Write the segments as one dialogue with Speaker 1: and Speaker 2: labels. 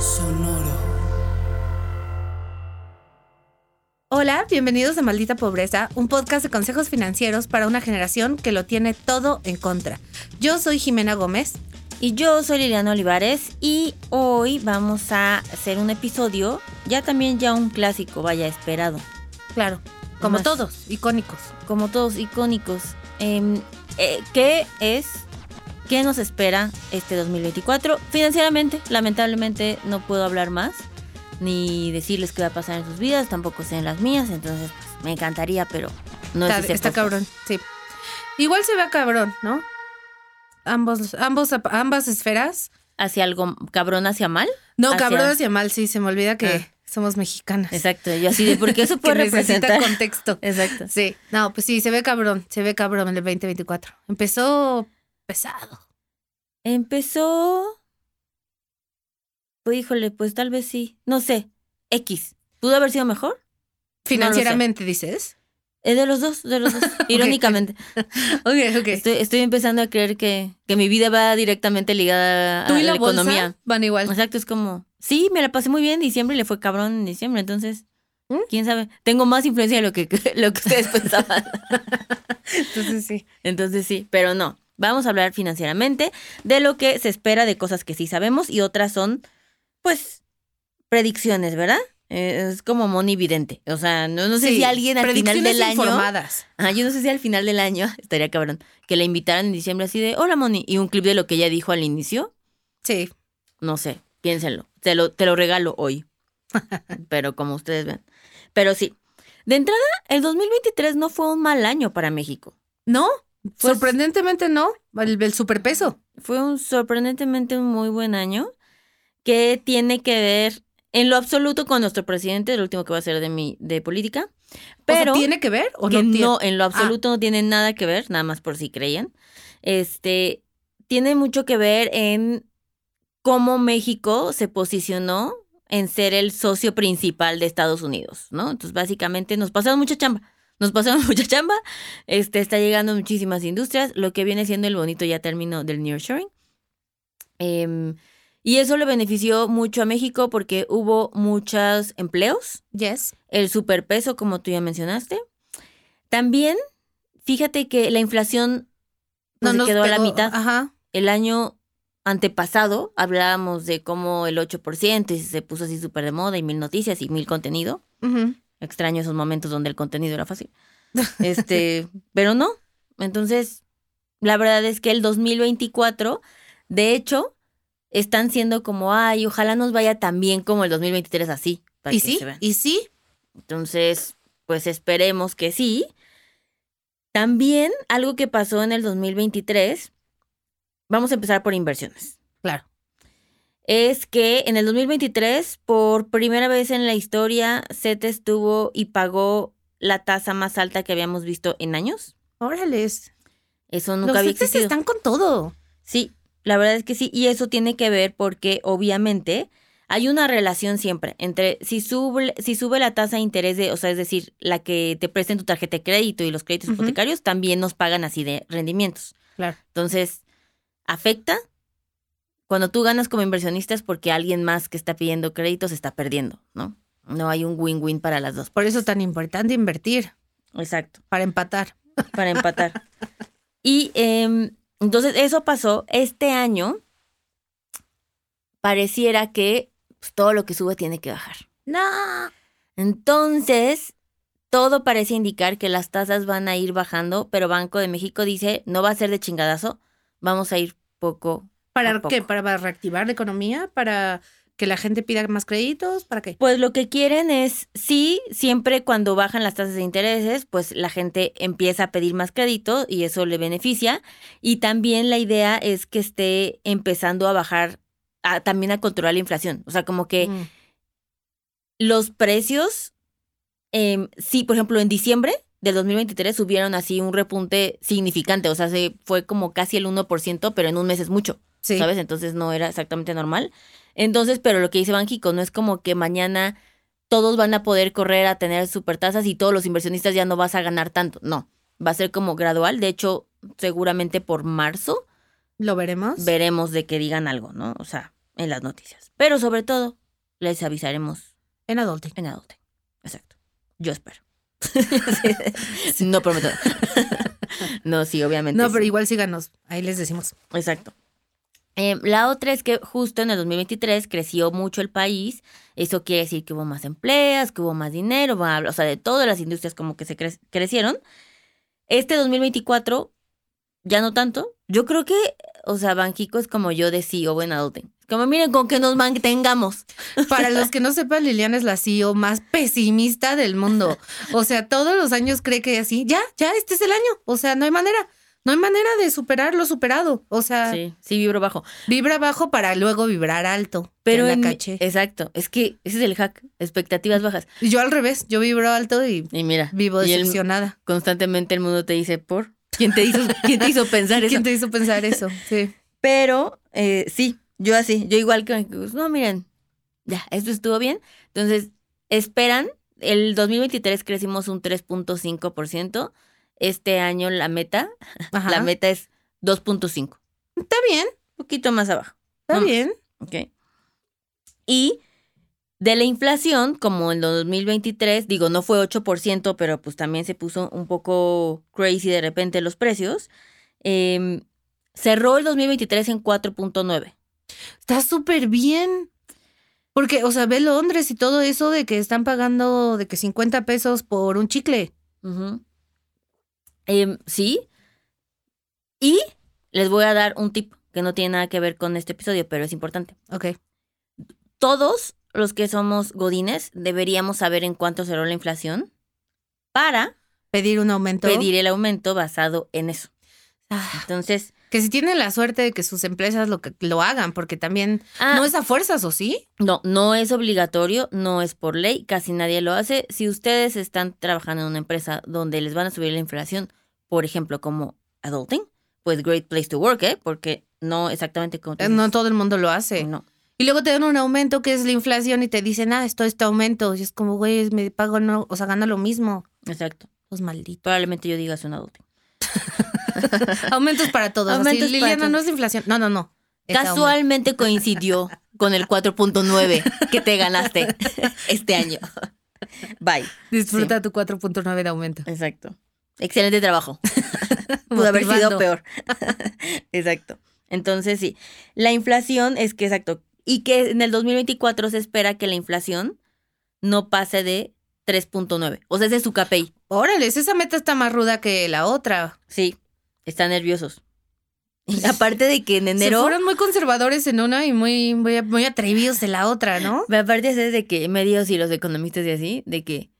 Speaker 1: Sonoro. Hola, bienvenidos a Maldita Pobreza, un podcast de consejos financieros para una generación que lo tiene todo en contra. Yo soy Jimena Gómez.
Speaker 2: Y yo soy Liliana Olivares y hoy vamos a hacer un episodio, ya también ya un clásico, vaya esperado.
Speaker 1: Claro, como
Speaker 2: Más.
Speaker 1: todos, icónicos.
Speaker 2: Como todos icónicos. Em, eh, ¿Qué es? ¿Qué nos espera este 2024? Financieramente, lamentablemente no puedo hablar más, ni decirles qué va a pasar en sus vidas, tampoco sé en las mías, entonces pues, me encantaría, pero no es
Speaker 1: está
Speaker 2: ese
Speaker 1: está
Speaker 2: podcast.
Speaker 1: cabrón, sí. Igual se ve cabrón, ¿no? Ambos, ambos, ambas esferas.
Speaker 2: ¿Hacia algo cabrón, hacia mal?
Speaker 1: No,
Speaker 2: Hacia-
Speaker 1: cabrón hacia mal, sí, se me olvida que
Speaker 2: Ah.
Speaker 1: somos mexicanas.
Speaker 2: Exacto, yo así de, porque eso
Speaker 1: que
Speaker 2: puede
Speaker 1: necesita
Speaker 2: representar.
Speaker 1: contexto.
Speaker 2: Exacto.
Speaker 1: Sí, no, pues sí, se ve cabrón, se ve cabrón el 2024. Empezó pesado.
Speaker 2: Empezó. Pues híjole, pues tal vez sí. No sé. X. ¿Pudo haber sido mejor?
Speaker 1: Financieramente, dices.
Speaker 2: Eh, de los dos, de los dos. Irónicamente.
Speaker 1: Ok, ok.
Speaker 2: estoy, estoy empezando a creer que, que mi vida va directamente ligada
Speaker 1: Tú
Speaker 2: a
Speaker 1: y la,
Speaker 2: Ah, la economía.
Speaker 1: bolsa van igual.
Speaker 2: Exacto, es como. Sí, me la pasé muy bien en diciembre y le fue cabrón en diciembre. Entonces,
Speaker 1: ¿Mm?
Speaker 2: quién sabe. Tengo más influencia de lo que, lo que ustedes pensaban.
Speaker 1: Entonces sí.
Speaker 2: Entonces sí, pero no. Vamos a hablar financieramente de lo que se espera de cosas que sí sabemos y otras son, pues, predicciones, ¿verdad? Eh, es como money vidente. O sea, no, no sé
Speaker 1: Sí,
Speaker 2: si alguien al final
Speaker 1: predicciones
Speaker 2: del año.
Speaker 1: informadas.
Speaker 2: Ajá, yo no sé si al final del año, estaría cabrón, que la invitaran en diciembre así de, hola Moni, y un clip de lo que ella dijo al inicio.
Speaker 1: Sí.
Speaker 2: No sé, piénsenlo. Te lo, te lo regalo hoy. Pero como ustedes ven. Pero sí. De entrada, el 2023 no fue un mal año para México.
Speaker 1: ¿No?
Speaker 2: Pues-
Speaker 1: Sorprendentemente no. El, el superpeso.
Speaker 2: fue un sorprendentemente un muy buen año que tiene que ver en lo absoluto con nuestro presidente, el último que va a ser de mi de política,
Speaker 1: Pero
Speaker 2: pero
Speaker 1: ¿tiene que ver o no
Speaker 2: que
Speaker 1: tiene? Ah.
Speaker 2: no en lo absoluto no tiene nada que ver, nada más por si creían. Este tiene mucho que ver en cómo México se posicionó en ser el socio principal de Estados Unidos, ¿no? Entonces, básicamente nos pasaron mucha chamba. Nos pasaron mucha chamba. Este está llegando muchísimas industrias, lo que viene siendo el bonito ya término del nearshoring. Em, y eso le benefició mucho a México porque hubo muchos empleos,
Speaker 1: Yes.
Speaker 2: el superpeso, como tú ya mencionaste. También, fíjate que la inflación no, se
Speaker 1: nos
Speaker 2: quedó a la
Speaker 1: pegó.
Speaker 2: mitad.
Speaker 1: Ajá.
Speaker 2: El año antepasado hablábamos de cómo el 8% y se puso así súper de moda y mil noticias y mil contenido.
Speaker 1: Ujú.
Speaker 2: Extraño esos momentos donde el contenido era fácil. Este, pero no. Entonces, la verdad es que el 2024, de hecho, están siendo como, ay, ojalá nos vaya tan bien como el 2023 así. para
Speaker 1: Y
Speaker 2: que
Speaker 1: sí,
Speaker 2: se vean".
Speaker 1: y sí.
Speaker 2: Entonces, pues esperemos que sí. También algo que pasó en el 2023, vamos a empezar por inversiones.
Speaker 1: Claro.
Speaker 2: Es que en el 2023, por primera vez en la historia, CETES tuvo y pagó la tasa más alta que habíamos visto en años.
Speaker 1: Órale.
Speaker 2: Eso nunca
Speaker 1: Los
Speaker 2: había
Speaker 1: CETES
Speaker 2: existido.
Speaker 1: están con todo.
Speaker 2: Sí, la verdad es que sí. Y eso tiene que ver porque obviamente hay una relación siempre entre si sube, si sube la tasa de interés, de, o sea, es decir, la que te presten tu tarjeta de crédito y los créditos
Speaker 1: Ujú.
Speaker 2: hipotecarios también nos pagan así de rendimientos.
Speaker 1: Claro.
Speaker 2: Entonces, afecta cuando tú ganas como inversionista es porque alguien más que está pidiendo créditos está perdiendo, ¿no? No hay un win-win para las dos.
Speaker 1: Por eso tan importante invertir
Speaker 2: Exacto.
Speaker 1: para empatar.
Speaker 2: para empatar. Y em, entonces eso pasó. Este año pareciera que pues, todo lo que sube tiene que bajar.
Speaker 1: No.
Speaker 2: Entonces, todo parece indicar que las tasas van a ir bajando, pero Banco de México dice, no va a ser de chingadazo, vamos a ir poco.
Speaker 1: ¿Para
Speaker 2: Tampoco.
Speaker 1: qué? ¿Para reactivar la economía? ¿Para que la gente pida más créditos, ¿para qué?
Speaker 2: Pues lo que quieren es, sí, siempre cuando bajan las tasas de intereses, pues la gente empieza a pedir más crédito y eso le beneficia. Y también la idea es que esté empezando a bajar, a- también a controlar la inflación. O sea, como que
Speaker 1: Mm.
Speaker 2: los precios, em, sí, por ejemplo, en diciembre del 2023 subieron así un repunte significante. O sea, se fue como casi el 1%, pero en un mes es mucho.
Speaker 1: Sí.
Speaker 2: ¿sabes? Entonces no era exactamente normal. Entonces, pero lo que dice Banjico no es como que mañana todos van a poder correr a tener supertasas y todos los inversionistas ya no vas a ganar tanto. No, va a ser como gradual. De hecho, seguramente por marzo
Speaker 1: Lo veremos.
Speaker 2: veremos de que digan algo, ¿no? O sea, en las noticias. Pero sobre todo, les avisaremos
Speaker 1: en adulting.
Speaker 2: en adulto. Exacto. Yo espero. no prometo. no, sí, obviamente.
Speaker 1: No,
Speaker 2: sí.
Speaker 1: pero igual síganos. Ahí les decimos.
Speaker 2: Exacto. Em, la otra es que justo en el 2023 creció mucho el país. Eso quiere decir que hubo más empleos, que hubo más dinero, bla, bla, o sea, de todas las industrias como que se cre- crecieron. Este 2024 ya no tanto. Yo creo que, o sea, Banjico es como yo de E CEO buen adulting. Como miren con que nos mantengamos.
Speaker 1: Para los que no sepan, Liliana es la CEO más pesimista del mundo. O sea, todos los años cree que así, ya, ya, este es el año. O sea, no hay manera. No hay manera de superar lo superado. O sea,
Speaker 2: Sí, sí vibro bajo.
Speaker 1: vibra bajo para luego vibrar alto.
Speaker 2: Pero
Speaker 1: Ya
Speaker 2: en eh, mi-
Speaker 1: la caché.
Speaker 2: exacto, es que ese es el hack, expectativas bajas.
Speaker 1: Y Yo al revés, yo vibro alto y
Speaker 2: Y mira,
Speaker 1: vivo
Speaker 2: y el-
Speaker 1: decepcionada.
Speaker 2: constantemente el mundo te dice por quién te hizo quién te hizo pensar eso.
Speaker 1: ¿Quién te hizo pensar eso? Sí.
Speaker 2: Pero eh, sí, yo así, yo igual que pues, no, miren, ya, esto estuvo bien. Entonces, esperan, el 2023 crecimos un 3.5%, este año la meta,
Speaker 1: Ajá.
Speaker 2: la meta es 2.5, un
Speaker 1: Está bien,
Speaker 2: poquito más abajo,
Speaker 1: está
Speaker 2: Mm.
Speaker 1: bien.
Speaker 2: ¿ok? Y de la inflación, como en 2023, digo, no fue 8%, pero pues también se puso un poco crazy de repente los precios, em, cerró el 2023 en 4.9.
Speaker 1: Está súper bien. Porque, o sea, ve Londres y todo eso de que están pagando de que 50 pesos por un chicle.
Speaker 2: Ujú. Em, sí. Y les voy a dar un tip que no tiene nada que ver con este episodio, pero es importante.
Speaker 1: Ok.
Speaker 2: Todos los que somos godines deberíamos saber en cuánto cerró la inflación para
Speaker 1: Pedir un aumento.
Speaker 2: pedir el aumento basado en eso.
Speaker 1: Ah,
Speaker 2: Entonces,
Speaker 1: que si tienen la suerte de que sus empresas lo, que, lo hagan, porque también
Speaker 2: ah,
Speaker 1: no es a fuerzas, ¿o sí?
Speaker 2: no, no es obligatorio, no es por ley, casi nadie lo hace. Si ustedes están trabajando en una empresa donde les van a subir la inflación, por ejemplo, como adulting, pues great place to work, ¿eh? Porque no exactamente como tú
Speaker 1: Eh, No
Speaker 2: dices.
Speaker 1: todo el mundo lo hace.
Speaker 2: No.
Speaker 1: Y luego te dan un aumento que es la inflación y te dicen, ah, esto está aumento. Y es como, güey, me pago, no, o sea, gana lo mismo.
Speaker 2: Exacto.
Speaker 1: Los malditos.
Speaker 2: Probablemente yo diga es un adulto.
Speaker 1: Aumentos para todos. así,
Speaker 2: Aumentos para
Speaker 1: Liliana,
Speaker 2: todos.
Speaker 1: no es inflación. No, no, no. Es aumento.
Speaker 2: Casualmente coincidió con el 4.9 que te ganaste este año. Bye.
Speaker 1: Disfruta tu 4.9 de aumento.
Speaker 2: Exacto. Excelente trabajo. Pudo haber sido
Speaker 1: Motivando.
Speaker 2: peor. exacto. Entonces, sí. La inflación es que, exacto. Y que en el 2024 se espera que la inflación no pase de 3.9. O sea, ese es su KPI.
Speaker 1: Órale, esa meta está más ruda que la otra.
Speaker 2: Sí. Están nerviosos. Y aparte de que en
Speaker 1: Se
Speaker 2: enero.
Speaker 1: fueron muy conservadores en una y muy, muy, muy atrevidos en la otra, ¿no?
Speaker 2: Me aparte es de que medios y los economistas y así, de que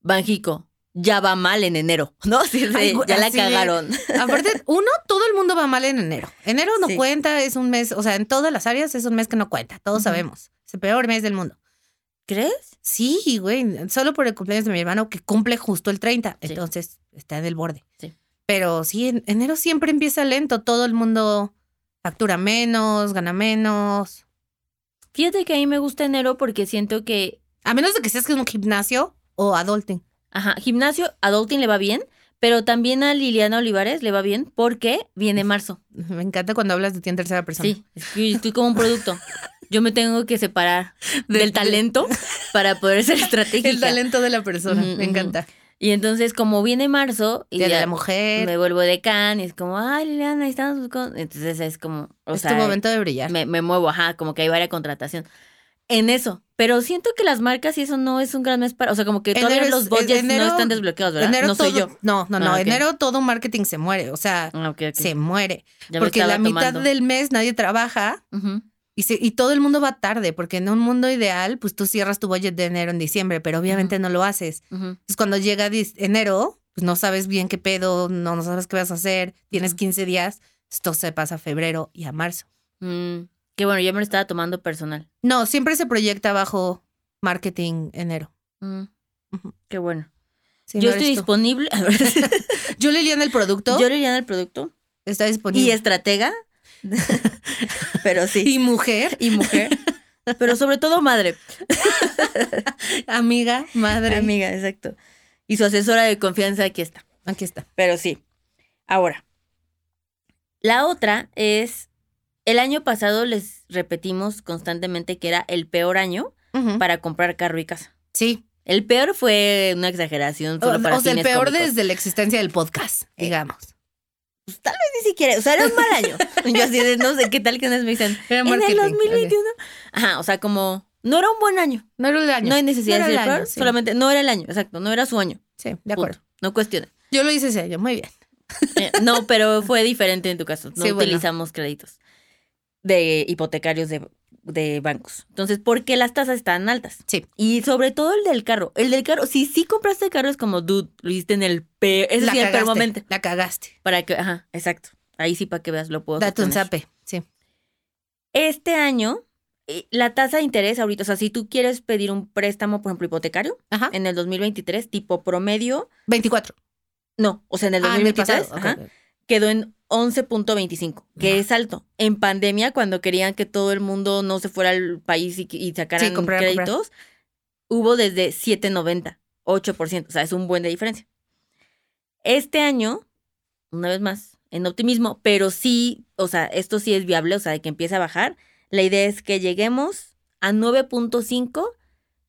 Speaker 2: Banjico ya va mal en enero, ¿no? Así de,
Speaker 1: Ay, güey,
Speaker 2: ya la
Speaker 1: así de-
Speaker 2: cagaron.
Speaker 1: Aparte, uno, todo el mundo va mal en enero. Enero no
Speaker 2: Sí.
Speaker 1: cuenta, es un mes, o sea, en todas las áreas es un mes que no cuenta, todos
Speaker 2: Ujú.
Speaker 1: sabemos. Es el peor mes del mundo.
Speaker 2: ¿Crees?
Speaker 1: Sí, güey, solo por el cumpleaños de mi hermano que cumple justo el 30,
Speaker 2: Sí.
Speaker 1: entonces está en el borde.
Speaker 2: Sí.
Speaker 1: Pero sí, en enero siempre empieza lento, todo el mundo factura menos, gana menos.
Speaker 2: Fíjate que a mí me gusta enero porque siento que,
Speaker 1: A menos de que seas que es un gimnasio o adulting.
Speaker 2: ajá, gimnasio, adulting le va bien, pero también a Liliana Olivares le va bien porque viene marzo.
Speaker 1: Me encanta cuando hablas de ti en tercera persona.
Speaker 2: Sí, es que yo estoy como un producto. Yo me tengo que separar
Speaker 1: De-
Speaker 2: del talento para poder ser estratégica.
Speaker 1: El talento de la persona.
Speaker 2: Ujú,
Speaker 1: Me
Speaker 2: ujú.
Speaker 1: encanta.
Speaker 2: Y entonces, como viene marzo, y
Speaker 1: Día de
Speaker 2: ya
Speaker 1: la mujer.
Speaker 2: me vuelvo de can y es como, ay, Liliana, ahí estamos buscando. Entonces es como, o
Speaker 1: es
Speaker 2: sea,
Speaker 1: tu momento de brillar.
Speaker 2: me, me muevo, ajá, como que hay varias contratación. En eso, pero siento que las marcas y eso no es un gran mes para, o sea, como que
Speaker 1: Enero
Speaker 2: todavía
Speaker 1: es-
Speaker 2: los budgets
Speaker 1: enero-
Speaker 2: no están desbloqueados, ¿verdad?
Speaker 1: Enero
Speaker 2: no soy
Speaker 1: todo-
Speaker 2: yo.
Speaker 1: No, no, no.
Speaker 2: Ah, ok.
Speaker 1: Enero todo marketing se muere. O sea,
Speaker 2: Ah, ok, ok.
Speaker 1: se muere.
Speaker 2: Ya me
Speaker 1: porque
Speaker 2: estaba
Speaker 1: la mitad
Speaker 2: tomando.
Speaker 1: del mes nadie trabaja
Speaker 2: Ujú.
Speaker 1: Y, se- y todo el mundo va tarde, porque en un mundo ideal, pues tú cierras tu budget de enero en diciembre, pero obviamente no lo haces.
Speaker 2: Ujú.
Speaker 1: Entonces, cuando llega dis- enero, pues no sabes bien qué pedo, no, no sabes qué vas a hacer, tienes 15 días, esto se pasa a febrero y a marzo.
Speaker 2: Mm, que bueno, yo me lo estaba tomando personal.
Speaker 1: No, siempre se proyecta bajo marketing enero.
Speaker 2: Mm,
Speaker 1: Ujú.
Speaker 2: Qué bueno.
Speaker 1: Sí,
Speaker 2: yo
Speaker 1: no
Speaker 2: estoy
Speaker 1: eres tú.
Speaker 2: disponible.
Speaker 1: Yo Liliana el producto
Speaker 2: yo leía en el producto.
Speaker 1: está disponible.
Speaker 2: Y estratega. Pero sí.
Speaker 1: Y mujer,
Speaker 2: Y mujer. Pero sobre todo madre.
Speaker 1: amiga, madre.
Speaker 2: Amiga, exacto. Y su asesora de confianza aquí está.
Speaker 1: Aquí está.
Speaker 2: Pero sí. Ahora, la otra es, el año pasado les repetimos constantemente que era el peor año
Speaker 1: Ujú.
Speaker 2: para comprar carro y casa.
Speaker 1: Sí.
Speaker 2: El peor fue una exageración.
Speaker 1: O,
Speaker 2: Solo para
Speaker 1: o sea, el
Speaker 2: fines
Speaker 1: peor
Speaker 2: cómicos.
Speaker 1: desde la existencia del podcast, digamos.
Speaker 2: Pues, tal vez ni siquiera. O sea, era un mal año. Yo así de, no sé qué tal que nos me dicen.
Speaker 1: Era
Speaker 2: En el
Speaker 1: marketing,
Speaker 2: 2021. Ajá, o sea, como no era un buen año.
Speaker 1: ok. No era el año.
Speaker 2: No hay necesidad
Speaker 1: No
Speaker 2: de
Speaker 1: era
Speaker 2: decir
Speaker 1: el año,
Speaker 2: peor,
Speaker 1: sí.
Speaker 2: solamente no era el año, exacto, no era su año.
Speaker 1: Sí, de
Speaker 2: punto.
Speaker 1: acuerdo.
Speaker 2: No cuestiona.
Speaker 1: Yo lo hice ese año, muy bien.
Speaker 2: Eh, No, pero fue diferente en tu caso. No
Speaker 1: Sí, bueno.
Speaker 2: utilizamos créditos de hipotecarios de, de bancos. Entonces, ¿por qué las tasas están altas?
Speaker 1: Sí.
Speaker 2: Y sobre todo el del carro. El del carro, si sí compraste el carro, es como, dude, lo hiciste en el peor, ese
Speaker 1: la
Speaker 2: sí, el peor
Speaker 1: cagaste,
Speaker 2: momento.
Speaker 1: La cagaste.
Speaker 2: Para que, ajá, exacto. Ahí sí, para que veas, lo puedo
Speaker 1: Date un
Speaker 2: sostener.
Speaker 1: zape. Sí.
Speaker 2: Este año, eh, la tasa de interés ahorita, o sea, si tú quieres pedir un préstamo, por ejemplo, hipotecario,
Speaker 1: Ajá.
Speaker 2: en el 2023, tipo promedio,
Speaker 1: 24.
Speaker 2: no, o sea, en el
Speaker 1: Ah, en el
Speaker 2: 2023
Speaker 1: pasado,
Speaker 2: ajá,
Speaker 1: ok.
Speaker 2: quedó en 11.25, que es alto. En pandemia, cuando querían que todo el mundo no se fuera al país y, y sacaran
Speaker 1: Sí, comprar, comprar.
Speaker 2: créditos, hubo desde 7.90, 8%, o sea, es un buen de diferencia. Este año, una vez más, en optimismo, pero sí, o sea, esto sí es viable, o sea, de que empiece a bajar. La idea es que lleguemos a 9.5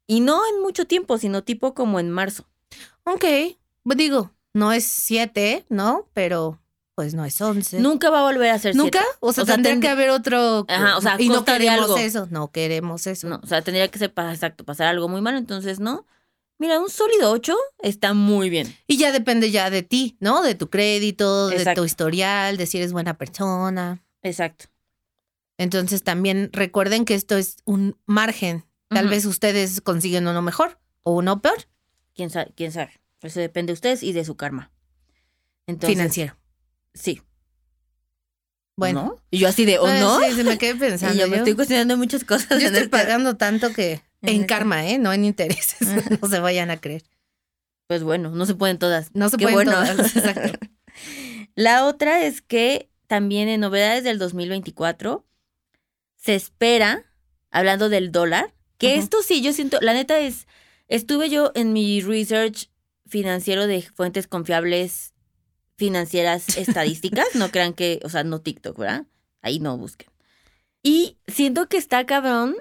Speaker 2: y no en mucho tiempo, sino tipo como en marzo.
Speaker 1: Ok. Pues digo, no es 7, ¿no? Pero pues no es 11.
Speaker 2: Nunca va a volver a ser
Speaker 1: ¿Nunca?
Speaker 2: siete.
Speaker 1: O sea,
Speaker 2: O sea,
Speaker 1: tendría
Speaker 2: tend-
Speaker 1: que haber otro.
Speaker 2: Ajá, o sea, a
Speaker 1: y no
Speaker 2: costa de
Speaker 1: queremos
Speaker 2: algo.
Speaker 1: eso. No queremos eso.
Speaker 2: No, o sea, tendría que ser, pa- exacto, pasar algo muy malo, entonces no. Mira, un sólido 8 está muy bien.
Speaker 1: Y ya depende ya de ti, ¿no? De tu crédito, de
Speaker 2: Exacto.
Speaker 1: tu historial, de si eres buena persona.
Speaker 2: Exacto.
Speaker 1: Entonces también recuerden que esto es un margen. Tal
Speaker 2: Ujú.
Speaker 1: vez ustedes consiguen uno mejor o uno peor
Speaker 2: ¿Quién sabe? ¿Quién sabe? Eso depende de ustedes y de su karma. Entonces,
Speaker 1: financiero.
Speaker 2: sí.
Speaker 1: Bueno.
Speaker 2: ¿No? Y yo así de, ¿o
Speaker 1: Ay,
Speaker 2: no?
Speaker 1: Sí, se me quedé pensando.
Speaker 2: y yo me
Speaker 1: yo-
Speaker 2: estoy cuestionando muchas cosas.
Speaker 1: Yo
Speaker 2: en
Speaker 1: estoy
Speaker 2: el carro.
Speaker 1: pagando tanto que
Speaker 2: En
Speaker 1: en
Speaker 2: el-
Speaker 1: karma, ¿eh? No en intereses.
Speaker 2: Ajá.
Speaker 1: no se vayan a creer.
Speaker 2: Pues bueno, no se pueden todas.
Speaker 1: No se
Speaker 2: Qué
Speaker 1: pueden
Speaker 2: bueno.
Speaker 1: todas, exacto.
Speaker 2: La otra es que también en novedades del 2024 se espera, hablando del dólar, que
Speaker 1: Ajá.
Speaker 2: esto sí, yo siento, la neta es, estuve yo en mi research financiero de fuentes confiables financieras estadísticas, no crean que, o sea, no TikTok, ¿verdad? Ahí no busquen. Y siento que está cabrón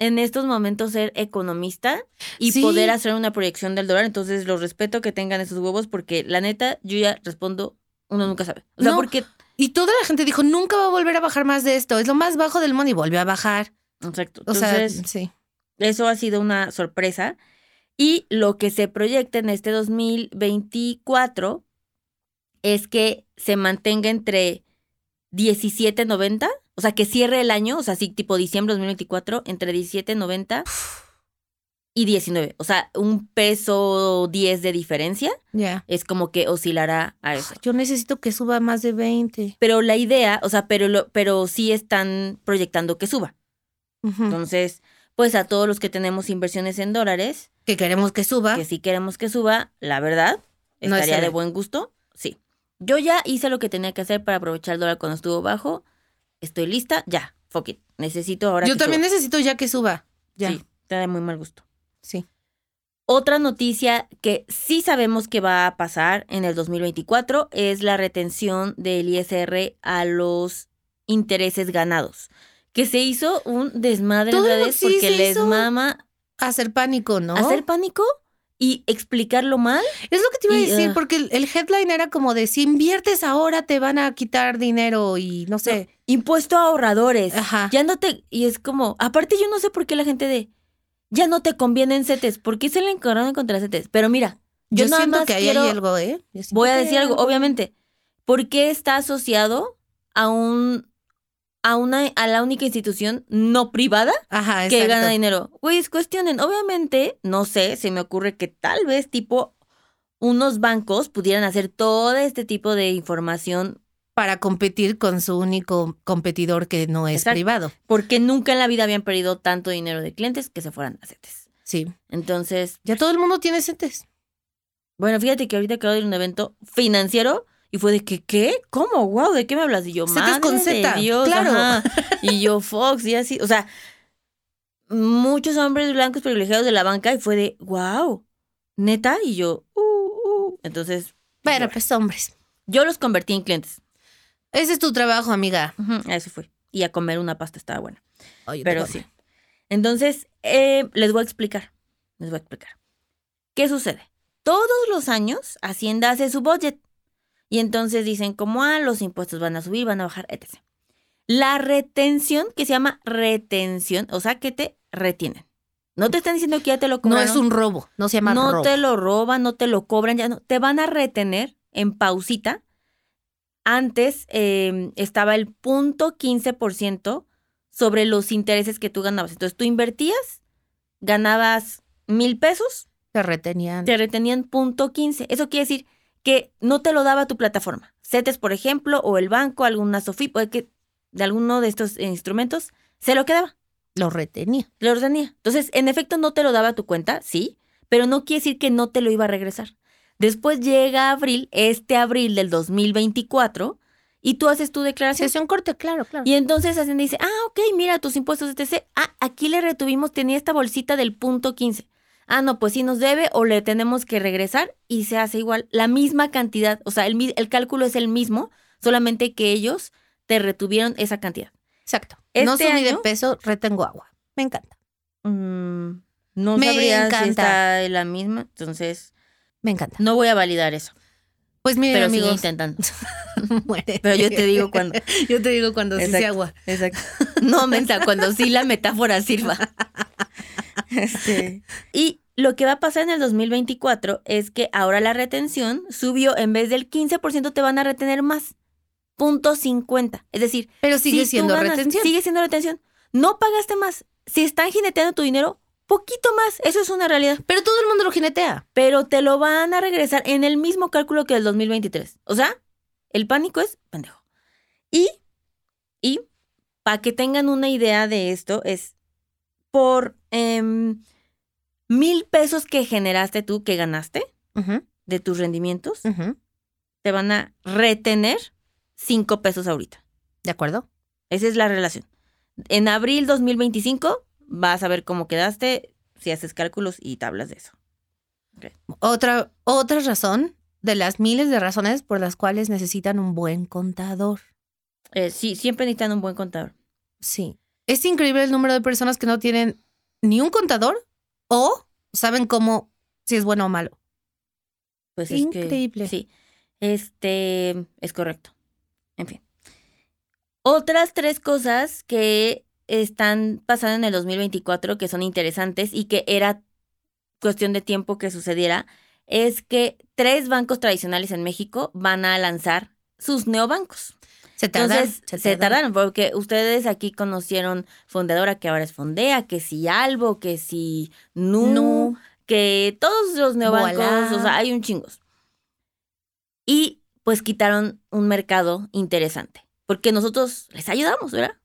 Speaker 2: en estos momentos ser economista y
Speaker 1: Sí.
Speaker 2: poder hacer una proyección del dólar. Entonces, los respeto que tengan esos huevos porque la neta, yo ya respondo, uno nunca sabe. O sea,
Speaker 1: No.
Speaker 2: porque...
Speaker 1: Y toda la gente dijo, nunca va a volver a bajar más de esto. Es lo más bajo del mundo y volvió a bajar.
Speaker 2: Exacto.
Speaker 1: O
Speaker 2: Entonces,
Speaker 1: sea, sí.
Speaker 2: eso ha sido una sorpresa. Y lo que se proyecta en este 2024 es que se mantenga entre 17.90, o sea, que cierre el año, o sea, sí, tipo diciembre 2024, entre 17.90 y 19. O sea, un peso 10 de diferencia
Speaker 1: Ya.
Speaker 2: es como que oscilará a eso.
Speaker 1: Yo necesito que suba más de 20.
Speaker 2: Pero la idea, o sea, pero, lo- pero sí están proyectando que suba.
Speaker 1: Ujú.
Speaker 2: Entonces, pues a todos los que tenemos inversiones en dólares,
Speaker 1: que queremos que suba.
Speaker 2: que si queremos que suba, la verdad,
Speaker 1: Ah. No es
Speaker 2: estaría de
Speaker 1: cereal.
Speaker 2: buen gusto. Sí. Yo ya hice lo que tenía que hacer para aprovechar el dólar cuando estuvo bajo. Estoy lista, ya. Fuck it. Necesito ahora.
Speaker 1: Yo
Speaker 2: que
Speaker 1: también
Speaker 2: suba.
Speaker 1: necesito ya que suba. Ya.
Speaker 2: Sí, está de muy mal gusto.
Speaker 1: Sí.
Speaker 2: Otra noticia que sí sabemos que va a pasar en el 2024 es la retención del ISR a los intereses ganados. Que se hizo un desmadre en
Speaker 1: Todo
Speaker 2: redes
Speaker 1: sí
Speaker 2: porque
Speaker 1: se
Speaker 2: les
Speaker 1: hizo.
Speaker 2: mama
Speaker 1: Hacer pánico, ¿no?
Speaker 2: hacer pánico y explicarlo mal.
Speaker 1: Es lo que te iba a
Speaker 2: Y,
Speaker 1: decir,
Speaker 2: ah.
Speaker 1: porque el, el headline era como de si inviertes ahora te van a quitar dinero y no sé.
Speaker 2: Impuesto a ahorradores.
Speaker 1: Ajá.
Speaker 2: Ya no te. Y es como. Aparte, yo no sé por qué la gente de. Ya no te convienen CETES. ¿Por qué se le encargaron contra CETES? Pero mira, yo,
Speaker 1: Yo,
Speaker 2: nada
Speaker 1: siento
Speaker 2: más
Speaker 1: que ahí
Speaker 2: quiero-
Speaker 1: hay algo, ¿eh? Yo siento
Speaker 2: Voy a
Speaker 1: que
Speaker 2: decir
Speaker 1: hay
Speaker 2: algo, obviamente. ¿Por qué está asociado a un a, una, a la única institución no privada
Speaker 1: Ajá,
Speaker 2: que
Speaker 1: exacto.
Speaker 2: gana dinero. Güeyes, cuestionen. Obviamente, no sé, se me ocurre que tal vez tipo unos bancos pudieran hacer todo este tipo de información
Speaker 1: Para competir con su único competidor que no es
Speaker 2: Exacto.
Speaker 1: privado.
Speaker 2: porque nunca en la vida habían perdido tanto dinero de clientes que se fueran a CETES.
Speaker 1: Sí.
Speaker 2: Entonces,
Speaker 1: Ya todo el mundo tiene CETES.
Speaker 2: bueno, fíjate que ahorita acabo de ir a un evento financiero y fue de que, ¿qué? ¿Cómo? ¿Wow? ¿De qué me hablas? Y yo,
Speaker 1: Cetes
Speaker 2: madre
Speaker 1: con
Speaker 2: de
Speaker 1: Zeta,
Speaker 2: Dios,
Speaker 1: claro.
Speaker 2: ajá. Y yo, Fox, y así. O sea, muchos hombres blancos privilegiados de la banca y fue de, wow, neta. Y yo, uh, uh. Entonces,
Speaker 1: Pero pues hombres.
Speaker 2: yo los convertí en clientes.
Speaker 1: Ese es tu trabajo, amiga.
Speaker 2: Ujú, a eso fue. Y a comer una pasta estaba buena.
Speaker 1: Oye,
Speaker 2: Pero
Speaker 1: te-
Speaker 2: sí. Entonces, eh, les voy a explicar. Les voy a explicar. ¿Qué sucede? Todos los años Hacienda hace su budget. Y entonces dicen como, ah, los impuestos van a subir, van a bajar, etc. La retención, que se llama retención, o sea, que te retienen. No te están diciendo que ya te lo
Speaker 1: No
Speaker 2: cobraron.
Speaker 1: es un robo, no se llama
Speaker 2: no
Speaker 1: robo.
Speaker 2: te lo roban, no te lo cobran, ya no. Te van a retener en pausita. Antes eh, estaba el punto 15% sobre los intereses que tú ganabas. Entonces tú invertías, ganabas mil pesos,
Speaker 1: Te retenían.
Speaker 2: te retenían punto 15. Eso quiere decir que no te lo daba tu plataforma. CETES, por ejemplo, o el banco, alguna SOFIP, o que de alguno de estos eh, instrumentos, se lo quedaba.
Speaker 1: Lo retenía.
Speaker 2: Lo retenía. Entonces, en efecto, no te lo daba a tu cuenta, sí, pero no quiere decir que no te lo iba a regresar. Después llega abril, este abril del 2024, y tú haces tu
Speaker 1: Se
Speaker 2: declaración.
Speaker 1: hace un corte, claro, claro.
Speaker 2: Y entonces Hacienda dice, ah, ok, mira, tus impuestos, etc. Ah, aquí le retuvimos, tenía esta bolsita del punto 15. Ah, no, pues sí nos debe o le tenemos que regresar y se hace igual, la misma cantidad. O sea, el, mi- el cálculo es el mismo, solamente que ellos te retuvieron esa cantidad.
Speaker 1: Exacto. no
Speaker 2: Este
Speaker 1: subí de
Speaker 2: año-
Speaker 1: peso, retengo agua. Me encanta,
Speaker 2: Mm, no
Speaker 1: Me
Speaker 2: sabría
Speaker 1: encanta.
Speaker 2: si está en la misma, entonces
Speaker 1: me encanta.
Speaker 2: no voy a validar eso.
Speaker 1: Pues miren,
Speaker 2: Pero sigue
Speaker 1: amigos,
Speaker 2: intentando.
Speaker 1: muere.
Speaker 2: Pero yo te digo cuando.
Speaker 1: yo te digo cuando sí se
Speaker 2: Exacto.
Speaker 1: agua.
Speaker 2: Exacto. No, mensa, cuando sí la metáfora sirva. Este, Y lo que va a pasar en el 2024 es que ahora la retención subió, en vez del 15% te van a retener más, punto 50. Es decir,
Speaker 1: Pero sigue
Speaker 2: Si tú
Speaker 1: siendo
Speaker 2: ganas-
Speaker 1: retención.
Speaker 2: Sigue siendo retención. No pagaste más. Si están jineteando tu dinero, poquito más. Eso es una realidad.
Speaker 1: Pero todo el mundo lo jinetea.
Speaker 2: Pero te lo van a regresar en el mismo cálculo que el 2023. O sea, el pánico es pendejo. Y, y, para que tengan una idea de esto, es por em, mil pesos que generaste tú, que ganaste
Speaker 1: Ujú,
Speaker 2: de tus rendimientos,
Speaker 1: ujú.
Speaker 2: te van a retener cinco pesos ahorita.
Speaker 1: ¿De acuerdo?
Speaker 2: Esa es la relación. En abril 2025 vas a ver cómo quedaste si haces cálculos y tablas de eso.
Speaker 1: Otra, otra razón de las miles de razones por las cuales necesitan un buen contador.
Speaker 2: Eh, sí, siempre necesitan un buen contador.
Speaker 1: Sí. Es increíble el número de personas que no tienen ni un contador o saben cómo, si es bueno o malo.
Speaker 2: Pues es que-
Speaker 1: Increíble.
Speaker 2: sí, este es correcto. En fin. Otras tres cosas que están pasando en el 2024 que son interesantes y que era cuestión de tiempo que sucediera es que tres bancos tradicionales en México van a lanzar sus neobancos.
Speaker 1: Se tardan.
Speaker 2: Entonces, se, tardaron porque ustedes aquí conocieron Fundadora, que ahora es Fondea, que si Albo, que si Nu,
Speaker 1: Nu.
Speaker 2: que todos los neobancos,
Speaker 1: Voilà.
Speaker 2: o sea, hay un chingos. Y pues quitaron un mercado interesante, porque nosotros les ayudamos, ¿verdad?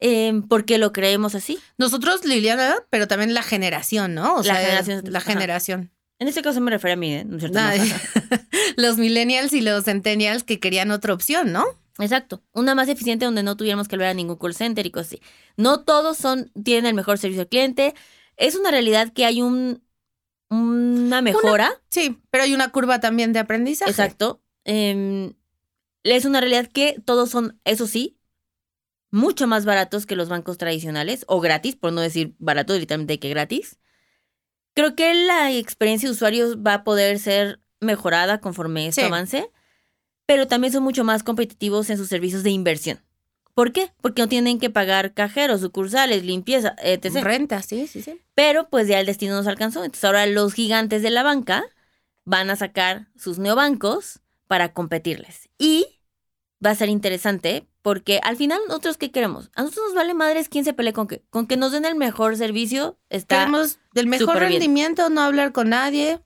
Speaker 2: Em, porque lo creemos así.
Speaker 1: Nosotros, Liliana, pero también la generación, ¿no? O
Speaker 2: La generación.
Speaker 1: La
Speaker 2: Ajá.
Speaker 1: generación.
Speaker 2: En este caso me refiero a mí, ¿eh? ¿No es cierto? No.
Speaker 1: Ay, los millennials y los centennials que querían otra opción, ¿no?
Speaker 2: Exacto, una más eficiente donde no tuviéramos que volver a ningún call center y cosas así. No todos son, tienen el mejor servicio al cliente. Es una realidad que hay un, una mejora.
Speaker 1: Sí, pero hay una curva también de aprendizaje.
Speaker 2: Exacto. Em, es una realidad que todos son, eso sí, mucho más baratos que los bancos tradicionales o gratis, por no decir barato directamente que gratis. Creo que la experiencia de usuarios va a poder ser mejorada conforme esto
Speaker 1: Sí.
Speaker 2: avance, pero también son mucho más competitivos en sus servicios de inversión. ¿Por qué? Porque no tienen que pagar cajeros, sucursales, limpieza, etc.
Speaker 1: Renta, sí, sí, sí.
Speaker 2: Pero pues ya el destino nos alcanzó. Entonces ahora los gigantes de la banca van a sacar sus neobancos para competirles. Y va a ser interesante porque al final nosotros qué queremos? A nosotros nos vale madres quién se pelee con qué. Con que nos den el mejor servicio, está
Speaker 1: Queremos del mejor
Speaker 2: súper bien.
Speaker 1: rendimiento, no hablar con nadie.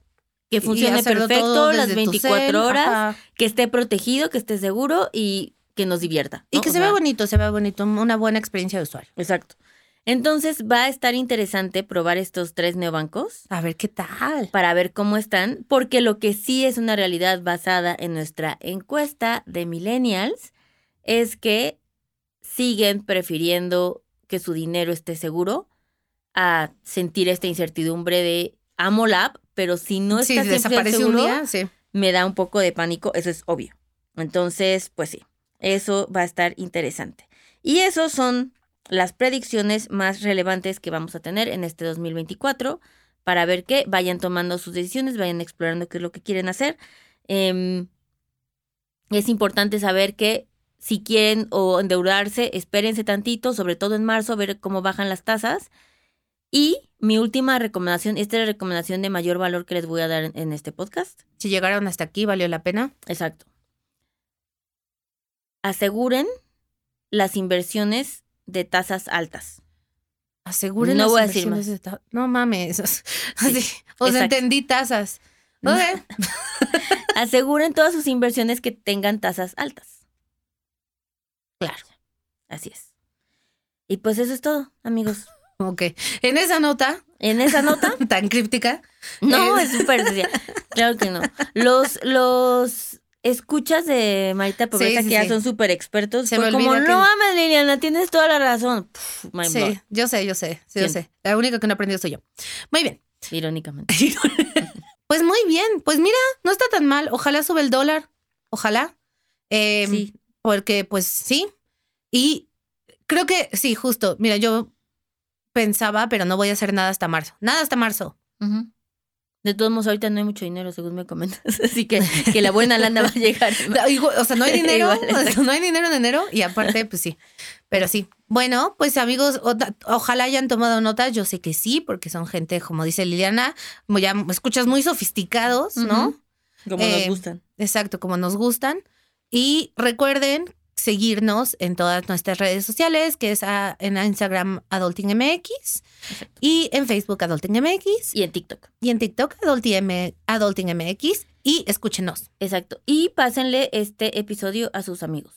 Speaker 2: que
Speaker 1: y
Speaker 2: funcione
Speaker 1: hacerlo todo
Speaker 2: perfecto las
Speaker 1: desde tu
Speaker 2: 24
Speaker 1: cel,
Speaker 2: horas,
Speaker 1: ajá.
Speaker 2: que esté protegido, que esté seguro y que nos divierta.
Speaker 1: Y
Speaker 2: ¿no?
Speaker 1: que
Speaker 2: O
Speaker 1: se vea
Speaker 2: sea,
Speaker 1: bonito, se vea bonito, una buena experiencia de usuario.
Speaker 2: Exacto. Entonces va a estar interesante probar estos tres neobancos.
Speaker 1: A ver qué tal.
Speaker 2: para ver cómo están, porque lo que sí es una realidad basada en nuestra encuesta de millennials es que siguen prefiriendo que su dinero esté seguro a sentir esta incertidumbre de amo la app, pero si no
Speaker 1: Sí,
Speaker 2: está siempre
Speaker 1: desaparece un
Speaker 2: seguro,
Speaker 1: día, sí.
Speaker 2: me da un poco de pánico, eso es obvio. Entonces, pues sí, eso va a estar interesante. Y esos son las predicciones más relevantes que vamos a tener en este 2024 para ver que vayan tomando sus decisiones, vayan explorando qué es lo que quieren hacer. Em, es importante saber que si quieren o endeudarse, espérense tantito, sobre todo en marzo, ver cómo bajan las tasas. Y mi última recomendación, esta es la recomendación de mayor valor que les voy a dar en- en este podcast,
Speaker 1: Si llegaron hasta aquí, valió la pena.
Speaker 2: Exacto. Aseguren las inversiones de tasas altas.
Speaker 1: Aseguren
Speaker 2: No
Speaker 1: las
Speaker 2: voy a decir
Speaker 1: inversiones de ta- No mames. Así. O sea,
Speaker 2: exacto.
Speaker 1: entendí tasas.
Speaker 2: No.
Speaker 1: Ok.
Speaker 2: Aseguren todas sus inversiones que tengan tasas altas.
Speaker 1: Claro.
Speaker 2: Así es. Y pues eso es todo, amigos.
Speaker 1: Ok. En esa nota
Speaker 2: En esa nota,
Speaker 1: tan críptica,
Speaker 2: no es súper sencilla. Claro que no. Los, los escuchas de Marita Pobreza
Speaker 1: sí,
Speaker 2: que ya
Speaker 1: sí.
Speaker 2: son súper expertos.
Speaker 1: Se
Speaker 2: fue
Speaker 1: me
Speaker 2: como,
Speaker 1: olvida que-
Speaker 2: no mames, Liliana, tienes toda la razón. Pff, mind blown,
Speaker 1: sí, yo sé, yo sé, sí, yo
Speaker 2: ¿Quién?
Speaker 1: sé. La única que no aprendió soy yo. Muy bien.
Speaker 2: Irónicamente.
Speaker 1: Pues muy bien. Pues mira, no está tan mal. Ojalá sube el dólar. Ojalá. Eh,
Speaker 2: Sí.
Speaker 1: Porque, pues sí. Y creo que sí, justo. Mira, yo pensaba, pero no voy a hacer nada hasta marzo. Nada hasta marzo.
Speaker 2: Ujú. De todos modos, ahorita no hay mucho dinero, según me comentas. Así que, que la buena lana va a llegar.
Speaker 1: Igual- O sea, no hay dinero.
Speaker 2: Igual, exacto.
Speaker 1: no hay dinero en enero. Y aparte, pues sí. Pero sí. Bueno, pues amigos, ota- ojalá hayan tomado nota. Yo sé que sí, porque son gente, como dice Liliana, como ya escuchas muy sofisticados, ¿no?
Speaker 2: Ujú. Como
Speaker 1: Eh,
Speaker 2: nos gustan.
Speaker 1: Exacto, como nos gustan. Y recuerden seguirnos en todas nuestras redes sociales, que es a- en Instagram AdultingMX y en Facebook AdultingMX
Speaker 2: Y en TikTok.
Speaker 1: y en TikTok AdultingM- AdultingMX y escúchenos.
Speaker 2: Exacto. Y pásenle este episodio a sus amigos.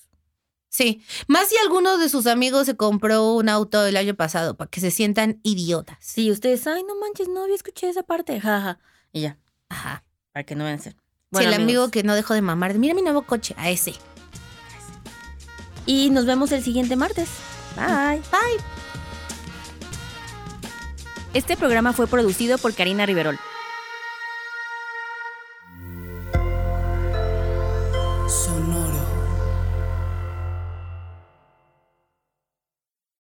Speaker 1: Sí, más si alguno de sus amigos se compró un auto el año pasado para que se sientan idiotas.
Speaker 2: Sí, ustedes, ay, no manches, no había escuchado esa parte. Jaja. Y ya,
Speaker 1: Ajá.
Speaker 2: para que no vayan a ser.
Speaker 1: Si el amigo
Speaker 2: amigos,
Speaker 1: que no dejó de mamar, mira mi nuevo coche, a ese.
Speaker 2: Y nos vemos el siguiente martes. Bye. Bye. Este programa fue producido por Karina Riverol.